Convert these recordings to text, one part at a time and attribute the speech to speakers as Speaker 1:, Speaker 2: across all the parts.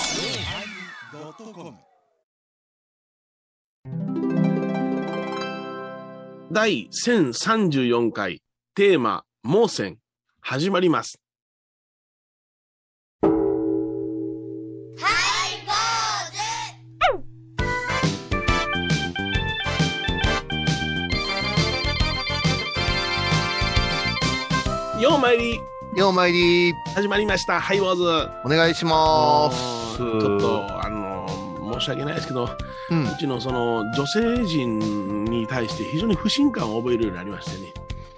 Speaker 1: yosmir
Speaker 2: 第1034回テーマ「盲線」始まります。ようまいり
Speaker 3: ようまいり
Speaker 2: 始まりましたハイボーズ
Speaker 3: お願いします。
Speaker 2: ちょっとあの申し訳ないですけどう
Speaker 3: うん。
Speaker 2: ちのその女性陣に対して非常に不信感を覚えるようになりましてね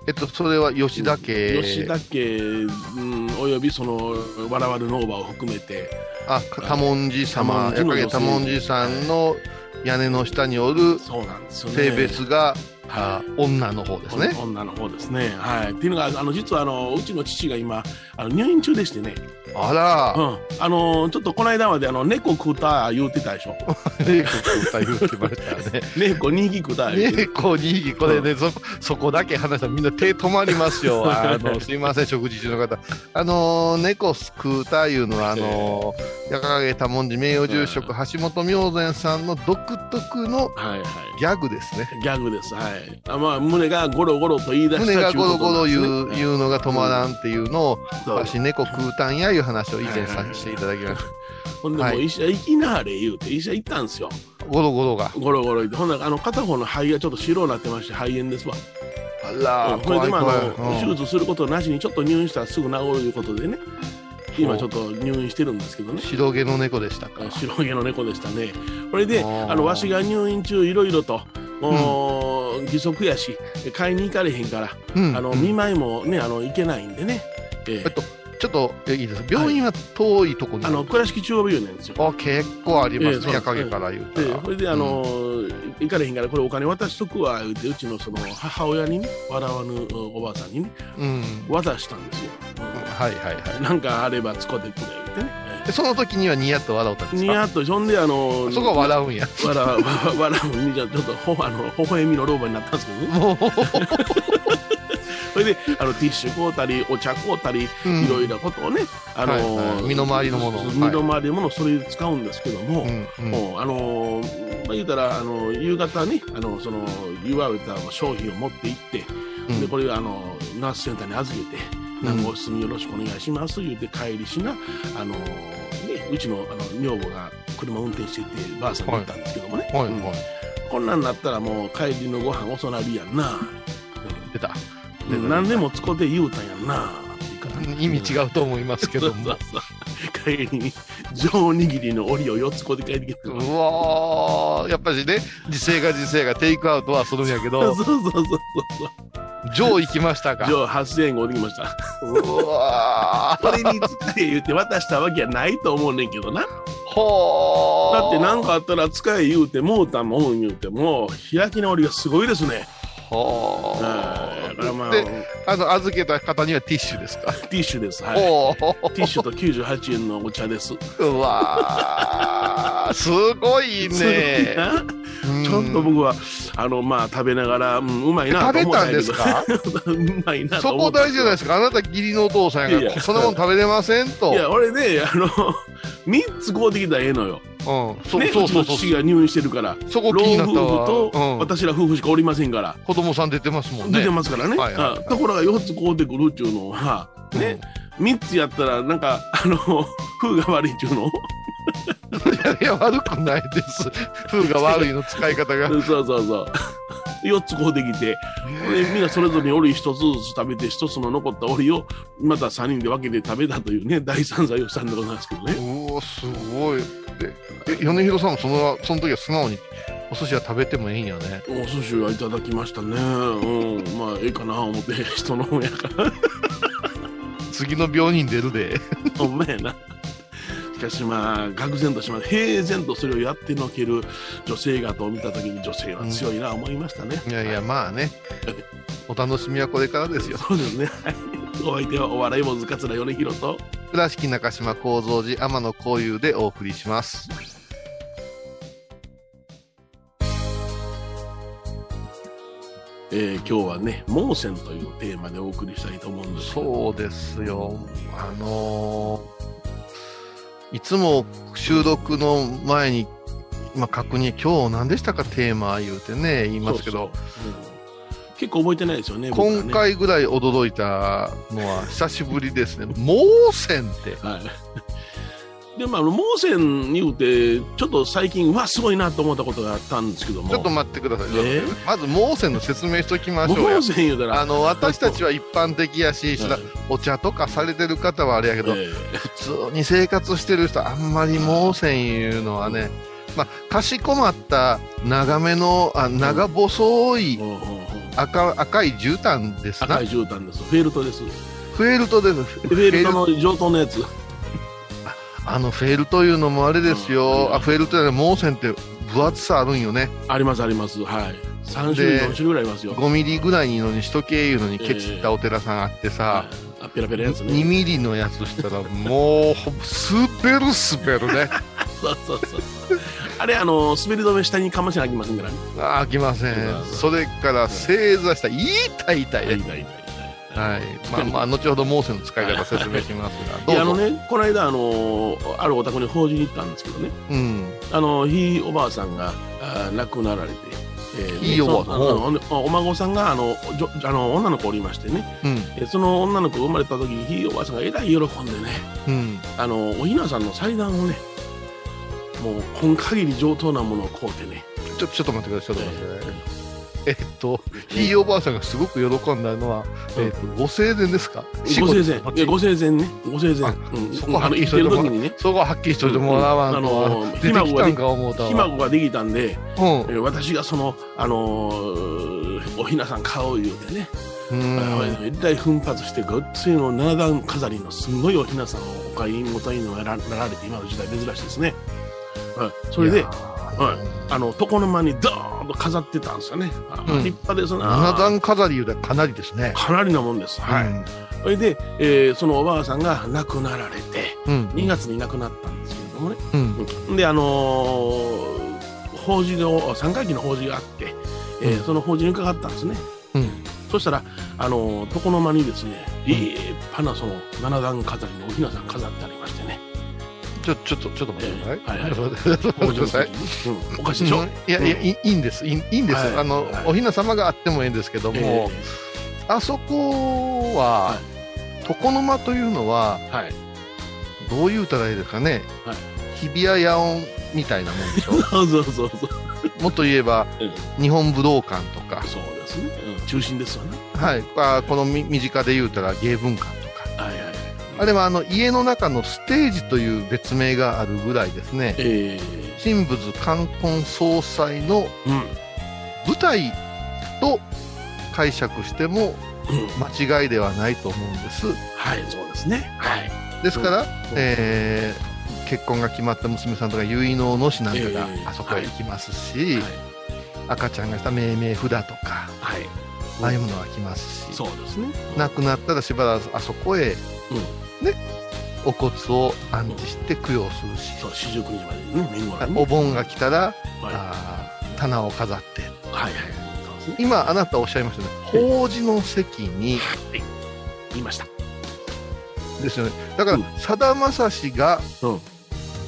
Speaker 3: えっと、それは吉田家。
Speaker 2: 吉田家、うん、およびそのわらわるノーバを含めて
Speaker 3: あ、か多文字様。
Speaker 2: 多文
Speaker 3: やか
Speaker 2: 字の
Speaker 3: げ多文字さんの屋根の下におる
Speaker 2: そうなんですよね
Speaker 3: 性別が、
Speaker 2: は
Speaker 3: あ女の方で
Speaker 2: い
Speaker 3: すね。
Speaker 2: 女の方ですねはいっていうのがあの実はあのうちの父が今あの入院中でしてね、
Speaker 3: あ
Speaker 2: う
Speaker 3: ら、
Speaker 2: ん、あのちょっとこの間まであの猫食うた言うてたでし ょ
Speaker 3: 猫歌 言ってましたね。
Speaker 2: 猫2匹食うた言うて
Speaker 3: 猫に匹これね、そ、そこだけ話したらみんな手止まりますよ。あの、すいません、食事中の方。あのー、猫スクーターいうのは、あのー、やかげ多文字名誉住職、橋本明善さんの独特の
Speaker 2: はいはい
Speaker 3: ギャグですね。
Speaker 2: ギャグですはいあまあ胸がゴロゴロと言い出した
Speaker 3: 胸がゴロゴロ言う,、
Speaker 2: う
Speaker 3: 言うのが止まらんっていうのを、
Speaker 2: ことなんですねそう
Speaker 3: 私猫食うたんやいう話を以前させていただきました。
Speaker 2: ほんでも
Speaker 3: は
Speaker 2: う
Speaker 3: い
Speaker 2: 医者行きなはれ言うて医者行ったんですよ
Speaker 3: ゴロゴロが。
Speaker 2: ゴロゴロ言ってほんならあの片方の肺がちょっと白になってまして肺炎ですわ
Speaker 3: あ
Speaker 2: う
Speaker 3: ら
Speaker 2: ん
Speaker 3: ー、
Speaker 2: これ
Speaker 3: 怖
Speaker 2: で
Speaker 3: い
Speaker 2: もあ
Speaker 3: 怖い。
Speaker 2: の、手
Speaker 3: うん
Speaker 2: 術することなしにちょっと入院したらすぐ治るということでね今ちょっと入院してるんですけどね
Speaker 3: 白毛の猫でしたか。
Speaker 2: 白毛の猫でしたねこれで
Speaker 3: あー
Speaker 2: あのわしが入院中いろいろともう、義足やし買いに行かれへんから、
Speaker 3: うん
Speaker 2: あの
Speaker 3: うん
Speaker 2: 見舞いもねあの行けないんでね、ええ
Speaker 3: えっと、ちょっと、えいいです。病院は遠いとこに
Speaker 2: あ
Speaker 3: ある
Speaker 2: の倉敷中央病院なんですよ
Speaker 3: あ結構あります
Speaker 2: ええ
Speaker 3: ね、矢陰から言うた
Speaker 2: で
Speaker 3: ら
Speaker 2: そ。れであのー行かれへんからこれお金渡しとくわ言うてうちのその母親にね笑わぬおばあさんにね
Speaker 3: うん。
Speaker 2: 渡したんですよ、
Speaker 3: はいはいは
Speaker 2: なんかあれば使ってくれ言ってね
Speaker 3: い。で、その時にはニヤッと笑うたんです
Speaker 2: ニ
Speaker 3: か
Speaker 2: ヤッとそんであの
Speaker 3: そこは笑 うんや。
Speaker 2: わらわわらもにじゃちょっとほあの微笑みの老婆になったんですけどね
Speaker 3: もう、
Speaker 2: それであのティッシュ買うたりお茶買うたりい
Speaker 3: うん
Speaker 2: ろいろなことをね、あのー
Speaker 3: はいはい身の回りのものを
Speaker 2: 身の回りのものをそれで使うんですけども、
Speaker 3: うんうん
Speaker 2: もうあのーまあ、言うたら、あの夕方ねあのその言われた商品を持って行って、
Speaker 3: うん
Speaker 2: でこれあのナースセンターに預けて「
Speaker 3: うん
Speaker 2: なんかお進みよろしくお願いします」言うて帰りしな、あのーね、うちのあの女房が車運転しててばあさんに言ったんですけどもね、
Speaker 3: はい
Speaker 2: うん
Speaker 3: は
Speaker 2: こんなんなったらもう帰りのご飯遅なるやんな、
Speaker 3: い。出た。
Speaker 2: う
Speaker 3: 出
Speaker 2: ん、
Speaker 3: た
Speaker 2: 何でもつこで言うたんやんなって言うから
Speaker 3: 意味違うと思いますけ
Speaker 2: そ
Speaker 3: ど
Speaker 2: う そ
Speaker 3: も
Speaker 2: う。そう帰りに上おにぎりの折りを4つこで帰ってきて
Speaker 3: うわー、やっぱりね、時勢が時勢がテイクアウトはするんやけ
Speaker 2: そう
Speaker 3: ど、
Speaker 2: そうそうそうそう
Speaker 3: ジョー行きましたか。
Speaker 2: 上8000円が折りました。
Speaker 3: うわー、
Speaker 2: これに使え言って渡したわけやないと思うねんけ どな。だ
Speaker 3: ほー。
Speaker 2: って何かあったら使え言うてもうたもん言うてもう開き直りがすごいですね。
Speaker 3: ほ
Speaker 2: はいだ
Speaker 3: ー。
Speaker 2: からまあ
Speaker 3: で
Speaker 2: テ
Speaker 3: あの、預けた方にはティッシュですか。
Speaker 2: ィッシュです。はい。
Speaker 3: ほー。
Speaker 2: ティッシュと98円のお茶です。
Speaker 3: うわー、すごい
Speaker 2: すごい
Speaker 3: ね。
Speaker 2: な ちょっと
Speaker 3: うん
Speaker 2: 僕はあのまあ食べながら、うん、うまいな
Speaker 3: 食
Speaker 2: と
Speaker 3: べ
Speaker 2: 思ったた
Speaker 3: ん
Speaker 2: や
Speaker 3: で
Speaker 2: け
Speaker 3: す
Speaker 2: ど。
Speaker 3: か
Speaker 2: うまいな
Speaker 3: そ
Speaker 2: と思
Speaker 3: こ
Speaker 2: った
Speaker 3: 大事じゃないですすか。あなた義理のお父さんや
Speaker 2: い
Speaker 3: か
Speaker 2: や
Speaker 3: ら、そんなもん食べれませんと。
Speaker 2: いや俺ねあの3つ買うてきたらええのよ。
Speaker 3: うん、そ
Speaker 2: ね、
Speaker 3: そうそ
Speaker 2: ちの
Speaker 3: うそう。
Speaker 2: 父が入院してるから。
Speaker 3: そこ気
Speaker 2: 老
Speaker 3: になった
Speaker 2: 夫婦
Speaker 3: わ。
Speaker 2: と
Speaker 3: うん、
Speaker 2: 私ら夫婦しかおりませんから。
Speaker 3: 子供さん出てますもんね。
Speaker 2: 出てますからね、
Speaker 3: はいはいはい
Speaker 2: あところが4つ買うてくるっちゅうのはね、3つやったらなんかあの風が悪いっちゅう の
Speaker 3: いや、悪くないです。風が悪いの使い方が。
Speaker 2: そうそうそう4つ買うてきてでみんなそれぞれにおり1つずつ食べて1つの残ったおりをまた3人で分けて食べたというね大散財をしたんでございますけどね
Speaker 3: うおすごい。え、え米広さんもそのその時は素直にお寿司は食べてもいいんよね。
Speaker 2: お寿司はいただきましたねうんまあええかな思って 人のもんやから
Speaker 3: 次の病人出るで。
Speaker 2: ほんまやな。しかしまあ、愕然としました。平然とそれをやってのける女性方を見たときに女性は強いな思いましたね。
Speaker 3: いやいや、まあね。お楽しみはこれからですよ。
Speaker 2: そうですね。はいお相手はお笑い坊主桂米広と。
Speaker 3: 倉敷中島幸三寺天野幸雄でお送りします。
Speaker 2: えー今日はね、盲線というテーマでお送りしたいと思うんですけど。
Speaker 3: そうですよ。あのーいつも収録の前に、まあ、確認、今日何でしたかテーマ言うてね、言いますけ
Speaker 2: そう
Speaker 3: ど、
Speaker 2: そううん結構覚えてないですよね、僕は
Speaker 3: 今
Speaker 2: ね。
Speaker 3: 回ぐらい驚いたの は久しぶりですね。盲線って。
Speaker 2: はい。で、まあ、盲線に言うて、ちょっと最近、うわ、すごいなと思ったことがあったんですけども。
Speaker 3: ちょっと待ってください。
Speaker 2: え
Speaker 3: まず盲線の説明しときましょうや
Speaker 2: 盲。線言うたら、
Speaker 3: あの私たちは一般的やし、
Speaker 2: はい
Speaker 3: お茶とかされてる方はあれやけど、
Speaker 2: え
Speaker 3: 普通に生活してる人あんまり盲線いうのはね、まあ、かしこまった長めのあ長細
Speaker 2: え
Speaker 3: い
Speaker 2: ほうほうほう
Speaker 3: 赤赤い絨毯ですな
Speaker 2: 赤い絨毯です。フェルトです。
Speaker 3: フェルトです
Speaker 2: フェルトの上等のやつ。
Speaker 3: あのフェルトいうのもあれですよ、
Speaker 2: うん
Speaker 3: あフェルトじゃない盲線って分厚さあるんよね
Speaker 2: ありますあります。はい。3種類、
Speaker 3: で
Speaker 2: 4種類ぐらいありますよ。
Speaker 3: 5ミリぐらいのにしとけいうのにケチったお寺さんあってさ、
Speaker 2: あ、ペラペラやつ
Speaker 3: 2
Speaker 2: ね。
Speaker 3: ミリのやつしたらもうほぼスベルスベル ね
Speaker 2: そうそうそう。あれ、あの、滑り止め下にかましなあきませんからね。
Speaker 3: ああきませんそれから正座した痛い痛い
Speaker 2: 痛い痛い痛い痛い
Speaker 3: はい、まあまあ後ほどモーセの使い方説明しますが、
Speaker 2: いやあ
Speaker 3: ど
Speaker 2: の
Speaker 3: うぞ、
Speaker 2: ね、この間、あのあるお宅に法事に行ったんですけどね、
Speaker 3: うん、
Speaker 2: あのひいおばあさんがあ亡くなられて、えー
Speaker 3: ひいおばあさん
Speaker 2: そのあのおお孫さんがあのじょあの女の子おりましてね、
Speaker 3: うん、
Speaker 2: えーその女の子が生まれた時にひいおばあさんがえらい喜んでね、
Speaker 3: うん、
Speaker 2: あのおひなさんの祭壇をね、もう今限り上等なものを買うてね、
Speaker 3: ちょちょっと待ってください、ちょっと待ってください。えっと、ひいおばあさんがすごく喜んだのは、
Speaker 2: うん
Speaker 3: えっと、ご生前ですか
Speaker 2: ご生前、いやご
Speaker 3: ご
Speaker 2: 生前ね、ご生前、
Speaker 3: あ
Speaker 2: うん
Speaker 3: そこは
Speaker 2: あの生きてる時にね、
Speaker 3: そこははっきりしといてもらわんと、
Speaker 2: うんあの
Speaker 3: 出てきたんか思うた
Speaker 2: ひ孫
Speaker 3: わ。
Speaker 2: ができたんで、
Speaker 3: うん
Speaker 2: えー私がその、あのーおひなさん買おう言うてね、
Speaker 3: うん。
Speaker 2: 一体奮発してごっついの七段飾りのすごいおひなさんをお買い求めにならなられて今の時代珍しいですね、はい、それ
Speaker 3: い
Speaker 2: で
Speaker 3: や
Speaker 2: あの床の間にドーンと飾ってたんですよね、あ
Speaker 3: うん
Speaker 2: 立派ですな
Speaker 3: 七段飾りいうたらかなりですね。
Speaker 2: かなりなもんです、はい
Speaker 3: うん
Speaker 2: それで、えーそのおばあさんが亡くなられて
Speaker 3: うん。
Speaker 2: 2月に亡くなったんですけれどもね
Speaker 3: うん。
Speaker 2: であのー法事の三回忌の法事があって、えー
Speaker 3: うん
Speaker 2: その法事に伺ったんですね
Speaker 3: うん。
Speaker 2: そしたら、あの、床の間にですね、立派なその七段飾りのおひなさん飾ってありまして ね。
Speaker 3: ちょ、ちょっと、ちょっと待ってください。
Speaker 2: ええはいはい
Speaker 3: ちょっと待ってちょっと待ってください。
Speaker 2: うんおかしいでしょ、
Speaker 3: うんいやいや、いいいんです、いいいいんです、
Speaker 2: はい
Speaker 3: あ
Speaker 2: は
Speaker 3: の
Speaker 2: い
Speaker 3: おひな様があってもいいんですけども、あそこは、床の間というのは、
Speaker 2: えーは い。
Speaker 3: どういう歌いですかね、
Speaker 2: はい
Speaker 3: 日比谷野音みたいなもんでし ょ、
Speaker 2: そうそうそうそう。
Speaker 3: もっと言えば、日本武道館とか、
Speaker 2: そうですね。うん中心ですわね。
Speaker 3: はい、あこのみ身近で言うたら芸文館とか、
Speaker 2: はいはい。
Speaker 3: あれはあの家の中のステージという別名があるぐらいですね、
Speaker 2: え
Speaker 3: 神仏冠婚葬祭の
Speaker 2: ー、うん。
Speaker 3: 舞台と解釈しても
Speaker 2: うん
Speaker 3: 間違いではないと思うんです。
Speaker 2: はい、そうですね。はい。
Speaker 3: ですから、
Speaker 2: うん
Speaker 3: えー結婚が決まった娘さんとか結納の師なんかが
Speaker 2: ええ
Speaker 3: あそこへ行きますし、
Speaker 2: はい。
Speaker 3: 赤ちゃんがした命名札とか
Speaker 2: はい
Speaker 3: ああいうものが来ますし、
Speaker 2: そうですね。
Speaker 3: 亡くなったらしばらくあそこへ、ね、お骨を安置して供養するし、
Speaker 2: そう、四十九日までね、年後
Speaker 3: お盆が
Speaker 2: 来
Speaker 3: 来たら、
Speaker 2: はい。は
Speaker 3: あー棚を飾って
Speaker 2: いはい。そうですね。
Speaker 3: 今あなたおっしゃいましたね法事の席に
Speaker 2: はい。言いました。
Speaker 3: ですよねだから
Speaker 2: うん
Speaker 3: さだまさしが
Speaker 2: うん。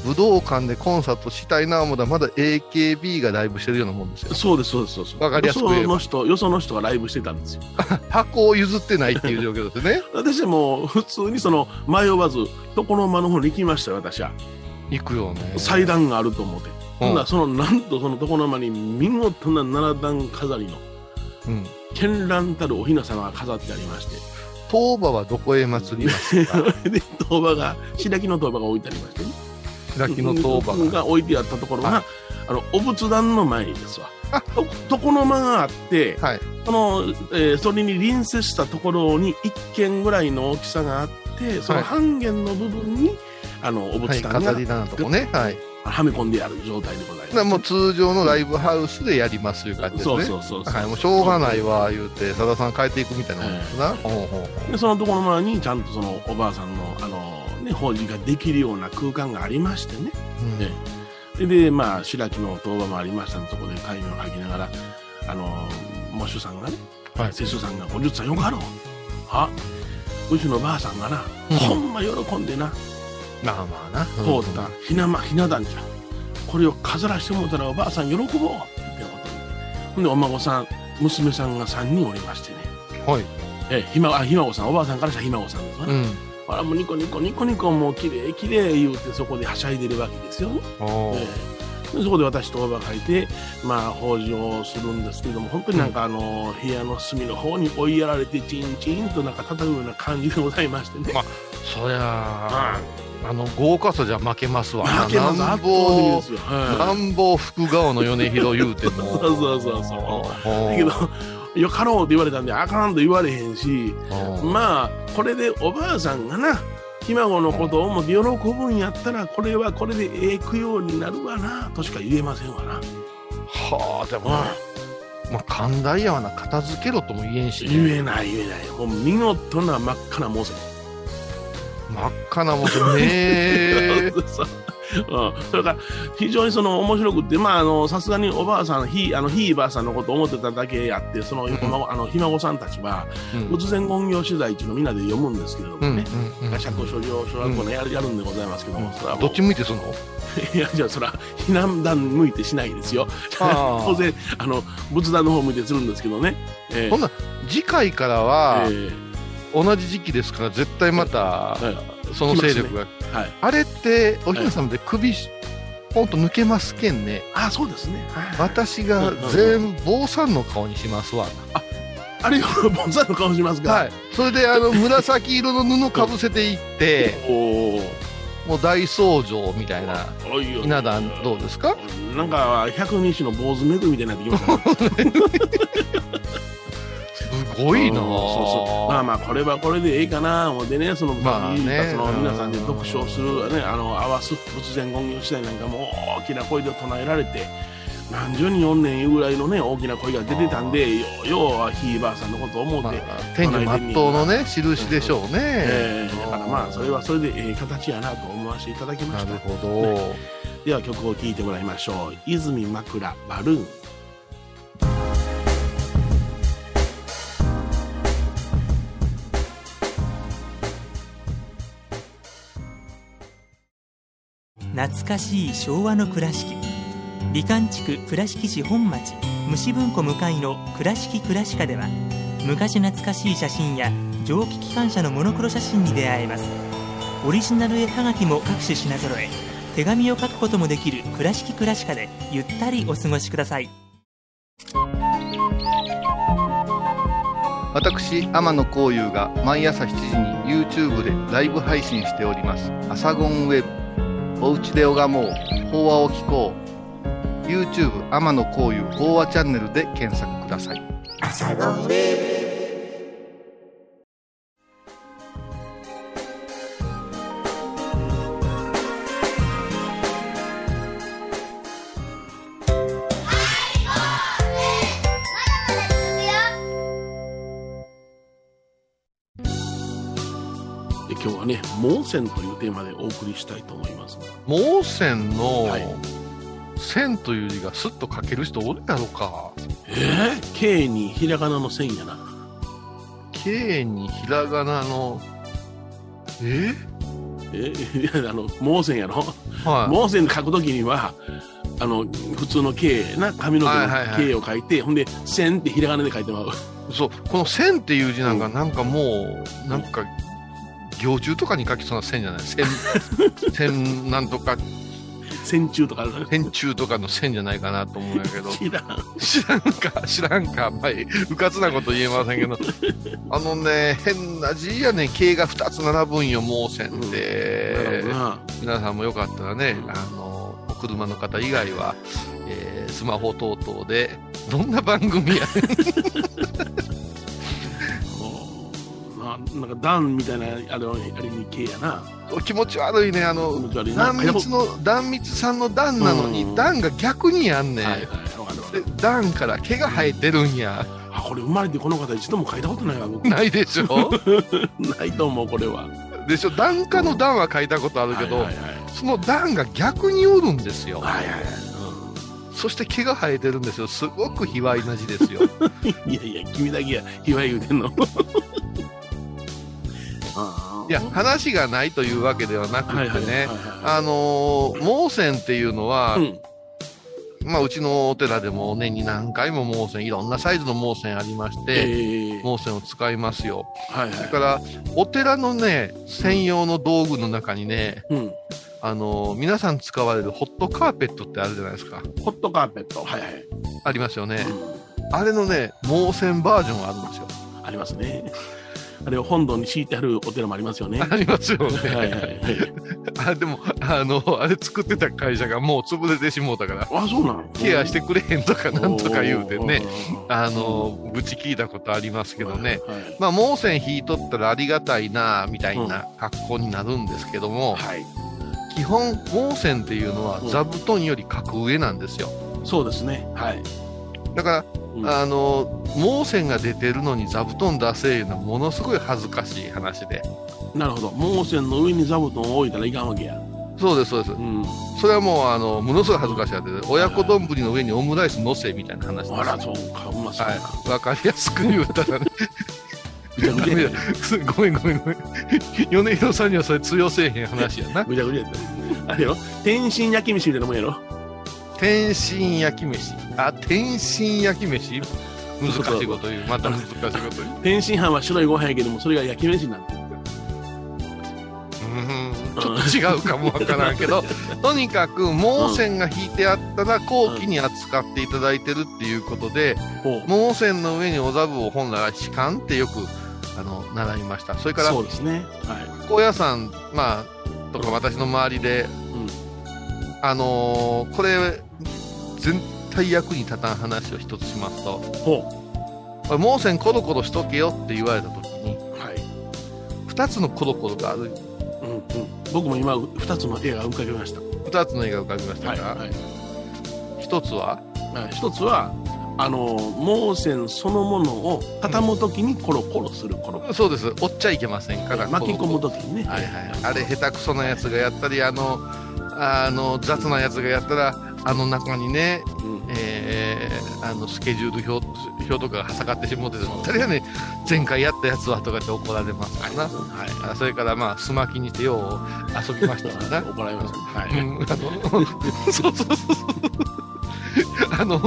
Speaker 3: 武道館でコンサートしたいな思ったらまだ AKB がライブしてるようなもんですよ
Speaker 2: そうです、そうです、そうです。
Speaker 3: わかりやすく言えば
Speaker 2: よその人、よその人がライブしてたんですよ。
Speaker 3: 箱を譲ってないっていう状況ですね
Speaker 2: 私も普通にその迷わず床の間の方に行きましたよ私は
Speaker 3: 行くよね
Speaker 2: 祭壇があると思って、
Speaker 3: う
Speaker 2: ほん
Speaker 3: ん
Speaker 2: ならそのなんとその床の間に見事な七段飾りの
Speaker 3: うん
Speaker 2: 絢爛たるお雛様が飾ってありまして
Speaker 3: 当場はどこへ祭ります
Speaker 2: そ
Speaker 3: か
Speaker 2: れで当場が白木の当場が置いてありましてね
Speaker 3: 開きの当場
Speaker 2: うん
Speaker 3: が
Speaker 2: が置いてあったところが、
Speaker 3: は
Speaker 2: あのお仏壇の前にですわ
Speaker 3: あ
Speaker 2: と床の間があって
Speaker 3: はい
Speaker 2: その、えーそれに隣接したところに一軒ぐらいの大きさがあってその半減の部分に、あのお
Speaker 3: はい
Speaker 2: 仏壇が
Speaker 3: 飾り棚のとこねはい
Speaker 2: はめ込んである状態でございます。
Speaker 3: なもう通常のライブハウスでやりますいう感じです
Speaker 2: そう
Speaker 3: ね
Speaker 2: そうそうそう、
Speaker 3: はい、もうしょうがないわ言うてさださん変えていくみたいなもんですな、
Speaker 2: はい
Speaker 3: ほうほうほ
Speaker 2: でそのところの前にちゃんとそのおばあさんのあの、ね、法事ができるような空間がありましてね
Speaker 3: うう
Speaker 2: え
Speaker 3: ん
Speaker 2: でで、まあ、白木の当場もありましたのでそこで会議を吐きながらあの喪主さんがね
Speaker 3: はい
Speaker 2: 瀬戸さんが50歳よかろうあうちのばあさんがな、
Speaker 3: うん
Speaker 2: ほんま喜んでな
Speaker 3: まあまあな。
Speaker 2: 通ったひな,、ま、ひな壇じゃこれを飾らしてもうたらおばあさん喜ぼうってことほんでお孫さん娘さんが3人おりましてね
Speaker 3: はい。
Speaker 2: えひまあひ孫さんおばあさんからしたらひ孫さんですわね、
Speaker 3: うん。
Speaker 2: あらもうニコニコニコニコもう綺麗綺麗言うてそこではしゃいでるわけですよね
Speaker 3: おー
Speaker 2: ええでそこで私とおばがいて、まあ、法事をするんですけども、本当になんかあの、部屋の隅の方に追いやられて、チンチンとなんか叩くような感じでございましてね。
Speaker 3: まそりゃあ、あの、豪華さじゃ負けますわ。
Speaker 2: 負けます、
Speaker 3: な
Speaker 2: あ
Speaker 3: ん
Speaker 2: っという間
Speaker 3: ぼ
Speaker 2: ですよ。は
Speaker 3: 乱暴福顔の米広言うて も。
Speaker 2: そうそうそうそうい、だけど、よかろうって言われたんで、あかんと言われへんし、まあ、これでおばあさんがな、ひ孫のことを思って喜ぶんやったら、これはこれでええ供養になるわな、としか言えませんわな。
Speaker 3: はあ、でも、
Speaker 2: うん
Speaker 3: まあ、寛大やわな、片付けろとも言えんし、
Speaker 2: 言えない言えない。もう見事な真っ赤なモゼ。。
Speaker 3: 真っ赤なもんね
Speaker 2: そううん、それから非常にその面白くって、まあ、あのさすがにおばあさんひあのひいばあさんのことを思ってただけあってその
Speaker 3: ん
Speaker 2: ひまあのひ孫さんたちは
Speaker 3: うん
Speaker 2: 仏前本業取材っていうのをみんなで読むんですけれどもね、
Speaker 3: うんうん
Speaker 2: 社交所業小学校のやるやるんでございますけども、それはもう
Speaker 3: どっち向いてすんの
Speaker 2: いやじゃあそれは避難団向いてしないですよ
Speaker 3: あー
Speaker 2: 当然あの仏壇の方向いてするんですけどね、え
Speaker 3: ほんな次回からは、
Speaker 2: え
Speaker 3: 同じ時期ですから絶対また、
Speaker 2: え
Speaker 3: その勢力が、
Speaker 2: はい、
Speaker 3: あれってお姫様で首、ポンと抜けますけんね
Speaker 2: あそうですね、はい
Speaker 3: 私が全部坊さんの顔にしますわ、
Speaker 2: あれよ盆栽の顔しますが、
Speaker 3: はい、それであの紫色の布かぶせて いって、
Speaker 2: おー
Speaker 3: もう大僧正みたいな
Speaker 2: おいよ
Speaker 3: 稲田どうですか
Speaker 2: なんか百人一首の坊主めぐみたいになってきましたね。
Speaker 3: すごいな
Speaker 2: うんそうそう。まあまあこれはこれでええかな思ってね、その
Speaker 3: まあね
Speaker 2: 先に言ったその
Speaker 3: うん
Speaker 2: 皆さんで読書をするね、あの合わす仏前言行次第なんかも大きな声で唱えられて。何十人おんねんいうぐらいのね大きな声が出てたんで、ようようはひいばあさんのことを思って、
Speaker 3: まあ天女真っ当のね印でしょうね、
Speaker 2: えーだからまあそれはそれでええ形やなと思わせていただきま
Speaker 3: な
Speaker 2: した
Speaker 3: る。ほど、
Speaker 2: では曲を聴いてもらいましょう泉枕バルーン
Speaker 1: 懐かしい昭和の倉敷美観地区倉敷市本町虫文庫向かいの「倉敷倉歯科」では昔懐かしい写真や蒸気機関車のモノクロ写真に出会えますオリジナル絵はがきも各種品揃え手紙を書くこともできる「倉敷倉歯科」でゆったりお過ごしください
Speaker 3: 私天野幸雄が毎朝7時に YouTube でライブ配信しております「アサゴンウェブ」「おうちで拝もう法話を聞こう」YouTube 天野幸雄法話チャンネルで検索ください
Speaker 2: で今日はね「盲線」というテーマでお送りしたいと思います
Speaker 3: 盲線の
Speaker 2: はい
Speaker 3: 「線」という字がスッと書ける人おるやろか
Speaker 2: えー、K にひらがなの線やな
Speaker 3: K にひらがなのえ
Speaker 2: えい やあの盲線やろ
Speaker 3: はい
Speaker 2: 盲線で書くときにはあの普通の K な髪の毛
Speaker 3: はいはいは
Speaker 2: の
Speaker 3: い
Speaker 2: K を書いて、ほんで線ってひらがなで書いてもらう
Speaker 3: そうこの「線」っていう字なんかなんかもうなんか行中とかに書きそうな線じゃない 線線なんとか
Speaker 2: 線中とかあるから
Speaker 3: 線中とかの線じゃないかなと思うんやけ ど
Speaker 2: 知らん
Speaker 3: 知らんか知らんかあんまりうかつなこと言えません けどあのね変な字やね形が2つ並ぶんよ盲線って、
Speaker 2: なるほどな
Speaker 3: 皆さんもよかったらねあのお車の方以外は、えースマホ等々でどんな番組や
Speaker 2: こうななんか段みたいなあれあれに K やな
Speaker 3: お気持ち悪いねあの
Speaker 2: 気持ち悪いな
Speaker 3: 壇蜜の壇蜜さんの段なの
Speaker 2: うん
Speaker 3: に段が逆にやんねん、
Speaker 2: はいはいわかるわか
Speaker 3: で
Speaker 2: る
Speaker 3: 段から毛が生えてるんや
Speaker 2: あこれ生まれてこの方一度も書いたことないわ僕
Speaker 3: ないでしょ
Speaker 2: ないと思うこれは
Speaker 3: でしょ段下の段は書いたことあるけど、
Speaker 2: はいはいはい
Speaker 3: その段が逆におるんですよ
Speaker 2: はいはいはい
Speaker 3: そして毛が生えてるんですよすごく卑猥な字です よ
Speaker 2: いやいや、君だけや、卑猥言うてんの。ああ
Speaker 3: いや話がないというわけではなくてね、
Speaker 2: はいはいはいはい
Speaker 3: あのー、盲線っていうのは、
Speaker 2: うん
Speaker 3: まあ、うちのお寺でも年に何回も盲線いろんなサイズの盲線ありまし
Speaker 2: え
Speaker 3: て、
Speaker 2: え
Speaker 3: 盲線を使いますよ
Speaker 2: はいは
Speaker 3: だ
Speaker 2: い。
Speaker 3: からお寺のね専用の道具の中にね、
Speaker 2: うん。
Speaker 3: あのー皆さん使われるホットカーペットってあるじゃないですか
Speaker 2: ホットカーペット。はいはい。
Speaker 3: ありますよね
Speaker 2: う
Speaker 3: あれのね盲線バージョンがあるんですよ
Speaker 2: んありますね。あれを本堂に敷いてあるお寺もありますよ ね。は
Speaker 3: ありますよ
Speaker 2: いはいは
Speaker 3: ね
Speaker 2: い。
Speaker 3: あでもあのあれ作ってた会社がもう潰れてしもうたから
Speaker 2: あ、そうなの
Speaker 3: ケアしてくれへんとかなんとか言うてね
Speaker 2: おー
Speaker 3: あのぶち聞いたことありますけどね、
Speaker 2: はい
Speaker 3: まあ、盲線引いとったらありがたいなみたいな格好になるんですけども、
Speaker 2: はい。はい
Speaker 3: 基本盲線っていうのは
Speaker 2: うん
Speaker 3: 座布団より格上なんですよ
Speaker 2: そうですね。はい。
Speaker 3: だか
Speaker 2: うん
Speaker 3: らあの盲線が出てるのに座布団出せいうのはものすごい恥ずかしい話で
Speaker 2: なるほど。盲線の上に座布団を置いたらいかんわけや。
Speaker 3: そうですそうです
Speaker 2: うん。
Speaker 3: それはもうあのものすごい恥ずかしい話で親子丼の上にオムライスのせみたいな話です
Speaker 2: あら、そうか。うまそうやな。
Speaker 3: はい、わかりやすく言ったらね
Speaker 2: ぐちゃぐちゃや。
Speaker 3: すごめんごめんごめん米広さんにはそれ通用せえへん話やな
Speaker 2: ぐちゃぐちゃやった。あれよ。天津焼き飯みたいなもんやろ。
Speaker 3: 天津焼き飯あ天津焼き飯難しいこと言うまた難しいこと言う
Speaker 2: 天津飯は白いご飯やけども、それが焼き飯になる。
Speaker 3: うんちょっと違うかもわからんけどとにかく盲線が引いてあったら後期に扱っていただいてるっていうことで
Speaker 2: ほう。
Speaker 3: 盲線の上にお座布を本来は敷かんってよくあの習いましたそれから
Speaker 2: そうですね。は
Speaker 3: 高野山、まあ、とか私の周りで、
Speaker 2: ん
Speaker 3: あのーこれ全体役に立たん話を一つしますと
Speaker 2: い。ほ
Speaker 3: これ盲線コロコロしとけよって言われた時に
Speaker 2: う。はい。
Speaker 3: 2つのコロコロがあ
Speaker 2: う
Speaker 3: る
Speaker 2: んうん。僕も今二つの絵が浮かびました。
Speaker 3: 2つの絵が浮かびました
Speaker 2: はい。
Speaker 3: が、
Speaker 2: はい。
Speaker 3: 1つは
Speaker 2: はい一つはあの盲線そのものを畳むときにコロコロするコロコ
Speaker 3: そうです折っちゃいけませんから
Speaker 2: ロ巻き込むときにね、
Speaker 3: はいはい、あれ下手くそなやつがやったりあのあの雑なやつがやったらあの中にね、
Speaker 2: うん
Speaker 3: えーあのスケジュール表表とかがはさかってしもうてて誰がね前回やったやつはとかって怒られますからな、
Speaker 2: はい
Speaker 3: あそれからまあすまきにしてよう遊びましたからな。
Speaker 2: 怒られましたは
Speaker 3: う
Speaker 2: い、
Speaker 3: ん、あのそうそうそうそうあの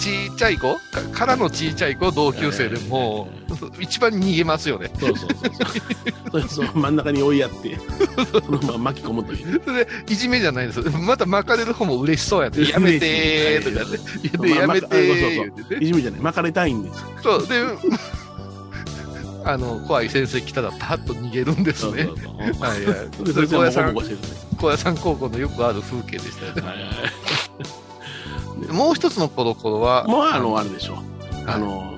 Speaker 3: ちっちゃい子かからのちっちゃい子同級生でも一番逃げますよね
Speaker 2: そうそう そうそうそうそう真ん中に追いやってそのまま巻き込むという
Speaker 3: それでいじめじゃないですまた巻かれる方も嬉しそうやって「やめて」とかね「でやめて」言うてね
Speaker 2: いじめじゃない巻かれたいんです
Speaker 3: そうであの怖い先生来たらパッと逃げるんですね
Speaker 2: そうそう
Speaker 3: はいはい
Speaker 2: そうでそれで
Speaker 3: 高
Speaker 2: もうボ
Speaker 3: 野
Speaker 2: コ
Speaker 3: 山
Speaker 2: ボコしてるんです
Speaker 3: 高野山高校のよくある風景でしたよね
Speaker 2: はいはい
Speaker 3: もう一つのコロコロは
Speaker 2: もうあのあれでしょうあの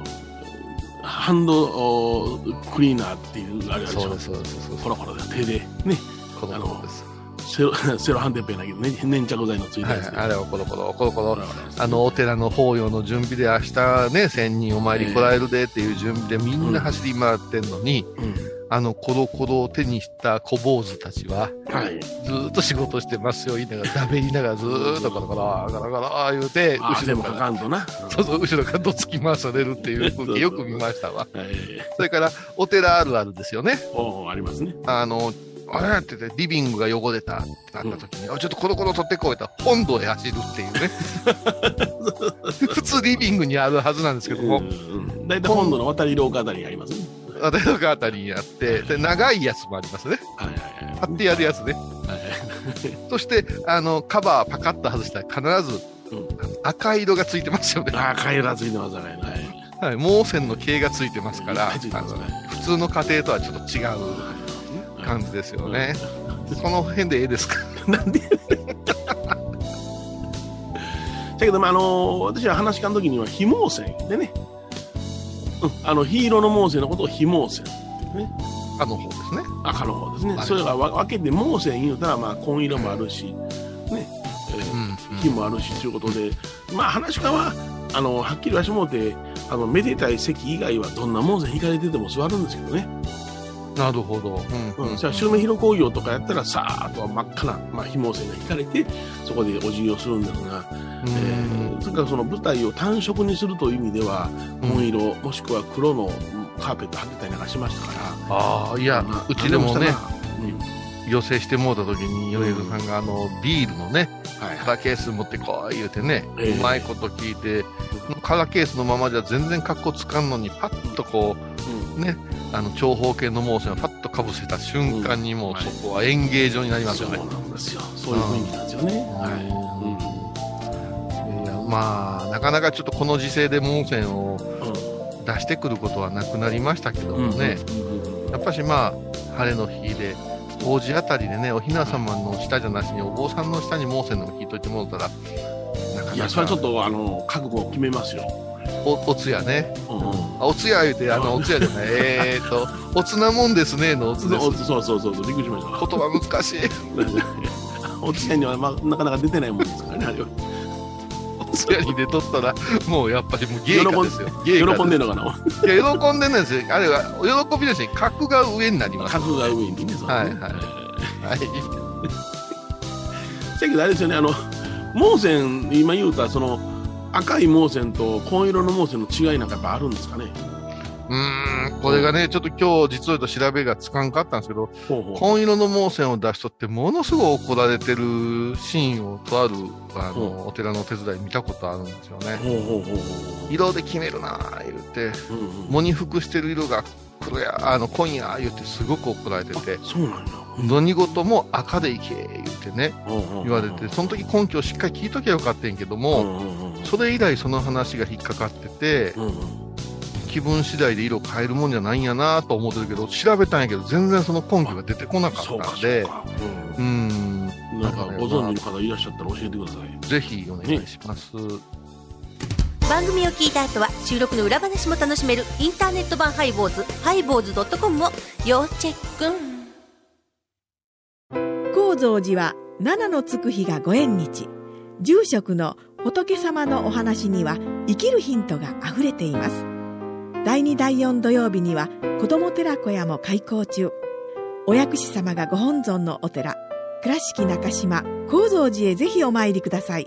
Speaker 2: ハンドおクリーナーっていうあれあるでし
Speaker 3: そう
Speaker 2: ょ
Speaker 3: ですそうですそうです
Speaker 2: コロコロで手でね
Speaker 3: コロコロです
Speaker 2: セロ セロハンテンペンだけどね粘着剤のついた
Speaker 3: はい
Speaker 2: や
Speaker 3: は
Speaker 2: つ
Speaker 3: い
Speaker 2: で、
Speaker 3: あれはコロコロコロコロあ
Speaker 2: あ
Speaker 3: のお寺の法要の準備で明日ね千人お参り来られるでっていう準備でみんな走り回ってんのに、
Speaker 2: うん
Speaker 3: あのコロコロを手にした小坊主たちは
Speaker 2: はい
Speaker 3: ずーっと仕事してますよ言いながらだべりながらずーっとコロコロガラガラ言うて
Speaker 2: あ
Speaker 3: 後
Speaker 2: 汗
Speaker 3: ろ
Speaker 2: も
Speaker 3: か
Speaker 2: からかんとな、
Speaker 3: そうそう後ろからどつき回されるっていう風景よく見ましたわ
Speaker 2: はい
Speaker 3: それからお寺あるあるですよね
Speaker 2: おうありますね
Speaker 3: あの、あれって言って、リビングが汚れたってなった時に、あちょっとコロコロ取ってこいと、本堂へ走るってい うね。普通リビングにあるはずなんですけど
Speaker 2: うんう
Speaker 3: も、
Speaker 2: ん大体本土の渡り廊下あたりにありますね
Speaker 3: 私のあたりにあって、で、長いやつもありますね。
Speaker 2: はいはいはい
Speaker 3: 立ってやるやつね。そして、あの、カバーパカッと外したら必ず、
Speaker 2: うん
Speaker 3: 赤色がついてます よね。
Speaker 2: ああカエラついてますねはい
Speaker 3: はい、盲線の系がついてますから、
Speaker 2: ついて
Speaker 3: あ
Speaker 2: ます
Speaker 3: の
Speaker 2: ね
Speaker 3: 普通の家庭とはちょっと違う感じですよ ね。その辺でええですか
Speaker 2: だけど、まあ、あの私は話し家の時には非毛線でね、うん、あのヒーローの盲線のことを非毛線
Speaker 3: あの方ですね。
Speaker 2: 赤の方ですね、
Speaker 3: はい
Speaker 2: それがわ分けて盲線言うたら、まあ、紺色もあるし、ねえー
Speaker 3: うんうん
Speaker 2: 日もあるしということで、まあ、話し家はあのはっきりはしもうてあのめでたい席以外はどんな門前引かれてても座るんですけどね、
Speaker 3: なるほど。。
Speaker 2: うんうん、じゃあ、襲名披露工業とかやったら、さーっと真っ赤な、まあ、ひも線が引かれて、そこでお辞儀をするんですが、えー、とにかくその舞台を単色にするという意味では、紺色、もしくは黒のカーペット貼ってたりなんかしましたから
Speaker 3: ああ、いや、まあ、うちでもね、寄せしてもうた時に米津さんがあのビールのね、はい、カラーケース持ってこい言うてね、えー、うまいこと聞いてカラーケースのままじゃ全然格好つかんのにパッとこう、うん、ねあの長方形のモーションをパッとかぶせた瞬間にもう、うん、そこは演芸場になりますよね、
Speaker 2: そうなんですよそういう雰囲気なんですよね、
Speaker 3: はいうん、まあなかなかちょっとこの時世でモーションを出してくることはなくなりましたけどもね、やっぱしまあ晴れの日で王子あたりでね、おひな様の下じゃなしに、お坊さんの下に盲線の引いといてもらったら、
Speaker 2: なかなかいや、それはちょっとあの覚悟を決めますよ。
Speaker 3: おおつやね、うん、あおつや言うて、あのおつやじゃない、えーと、おつなもんですねの おつです。
Speaker 2: そうそうそうそう、びっくりしました。
Speaker 3: 言葉難しい。
Speaker 2: おつやには、まあ、なかなか出てないもんですからね、あれは。
Speaker 3: つやに出とったら、もうやっぱりもう芸家ですよ。
Speaker 2: 喜んでるのかな。
Speaker 3: いや、喜んでるんですよ。あれは、喜びですね。格が上になります。
Speaker 2: 格が上にね。。
Speaker 3: はいはい。はい
Speaker 2: だけどあれですよね、あの、盲線、今言うた、その、赤い盲線と紺色の盲線の違いなんかやっぱあるんですかね。
Speaker 3: うんこれがね、ちょっと今日実は調べがつかんかったんですけど、ほうほう紺色の盲線を出しとって、ものすごい怒られてるシーンをとあるあの、お寺のお手伝い見たことあるんですよね。色で決めるなー言って、うんうん、喪に服してる色が黒や、あの、紺や言ってすごく怒られてて、
Speaker 2: そうなんだ。
Speaker 3: 何事も赤でいけ言ってね、言われて、その時根拠をしっかり聞いときゃよかったんやけども、それ以来その話が引っかかってて、うんうん気分次第で色変えるもんじゃないんやなと思ってるけど調べたんやけど全然その根拠が出てこなかったんで
Speaker 2: うん、うん、なんかご存知の方いらっしゃったら教えてください
Speaker 3: ぜひお願いします、ね、
Speaker 4: 番組を聞いた後は収録の裏話も楽しめるインターネット版ハイボーズハイボーズドットコムを要チェッ
Speaker 5: ク高蔵寺は七のつく日がご縁日住職の仏様のお話には生きるヒントがあふれています第2第4土曜日には子ども寺小屋も開校中お薬師様がご本尊のお寺倉敷中島・高蔵寺へぜひお参りください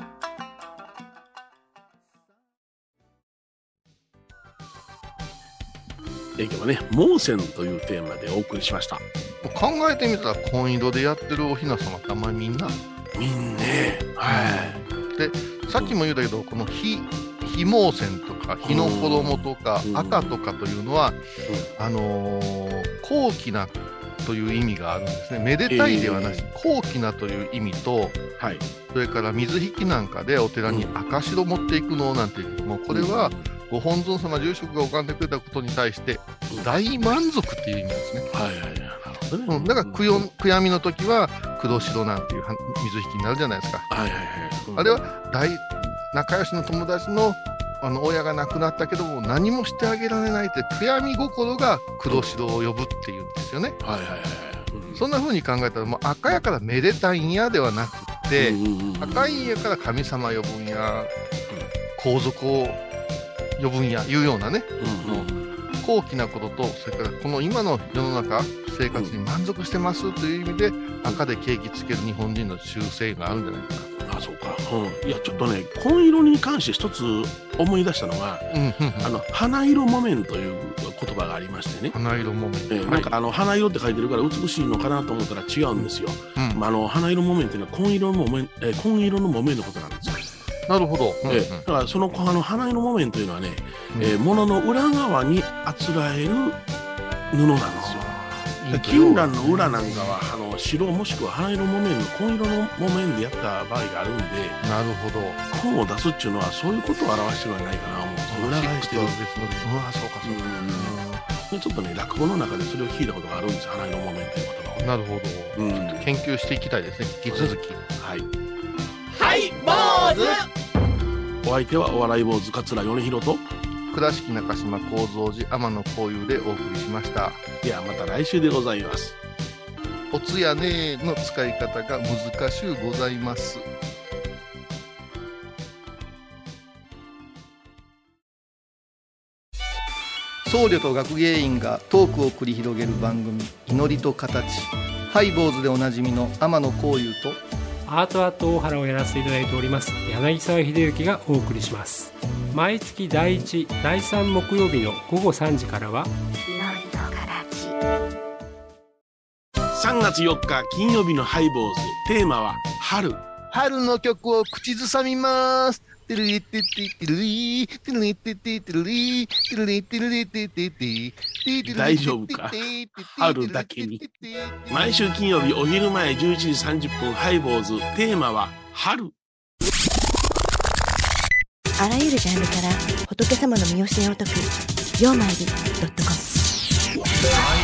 Speaker 2: 今日はね「盲線」というテーマでお送りしました
Speaker 3: 考えてみたら紺色でやってるおひな様ってあんまりみんな
Speaker 2: みんなはい
Speaker 3: でさっきも言うたけどこの火非毛線とか火の衣とか赤とかというのは、あのー、高貴なという意味があるんですねめでたいではなし、えー、高貴なという意味と、はい、それから水引きなんかでお寺に赤白持っていくのなんていうもうこれはご本尊様住職が拝んでくれたことに対して大満足っていう意味なんですね。はいはいはいうん、だから悔やみの時は黒白なんていう水引きになるじゃないですか。はいはいはいうん、あれは大仲良しの友達のあの親が亡くなったけども何もしてあげられないって悔やみ心が黒白を呼ぶっていうんですよね。はいはいはいうん、そんな風に考えたらもう赤やからめでたいんやではなくて、うんうん、赤いんやから神様呼ぶんや、皇族を呼ぶんやいうようなね、うんうん、高貴なこととそれからこの今の世の中生活に満足してますという意味で赤で景気つける日本人の習性があるんじゃないかな。
Speaker 2: あそうか、うん、いやちょっとね紺色に関して一つ思い出したのが、あの花色木綿という言葉がありましてね
Speaker 3: 花色木綿、
Speaker 2: えー、なんかあの花色って書いてるから美しいのかなと思ったら違うんですよ、うん、まあ、あの花色木綿っていうのは紺色の木綿、えー、紺色の木綿のことなんですよ
Speaker 3: なるほど、
Speaker 2: うんうん、えー、だからそのあの花色木綿というのはね、えー、物の裏側にあつらえる布なんですよ金蘭の裏なんかはあの白もしくは花色木綿の紺色の木綿でやった場合があるんで
Speaker 3: なるほど
Speaker 2: 紺を出すっていうのはそういうことを表してるんじゃないかなもう裏返してるうわそうかそうか、うんちょっとね、落語の中でそれを聞いたことがあるんですよ、花井の木綿という言葉をね。
Speaker 3: なるほど。
Speaker 2: うん。
Speaker 3: 研究していきたいですね、引き続き。
Speaker 2: はい。
Speaker 6: はい坊主
Speaker 2: お相手はお笑い坊主桂米広と、
Speaker 3: 倉敷中島幸三寺天野幸雄でお送りしました。
Speaker 2: いや、また来週でございます。
Speaker 3: おつやねーの使い方が難しゅうございます。
Speaker 7: 僧侶と学芸員がトークを繰り広げる番組「祈りと形」ハイボーズでおなじみの天野幸雄と
Speaker 8: アートアート大原をやらせていただいております柳沢秀幸がお送りします毎月第1第3木曜日の午後3時からは
Speaker 2: 3月4日金曜日のハイボーズ、テーマは春。
Speaker 3: 春の曲を口ずさみます。てるりてててるりてるりてててるりてるりてるりててて
Speaker 2: 大丈夫か春だけに。毎週金曜日お昼前11時30分ハイボーズ、テーマは春。
Speaker 9: あらゆるジャンルから仏様の身教えを解く「曜マイルドットコム」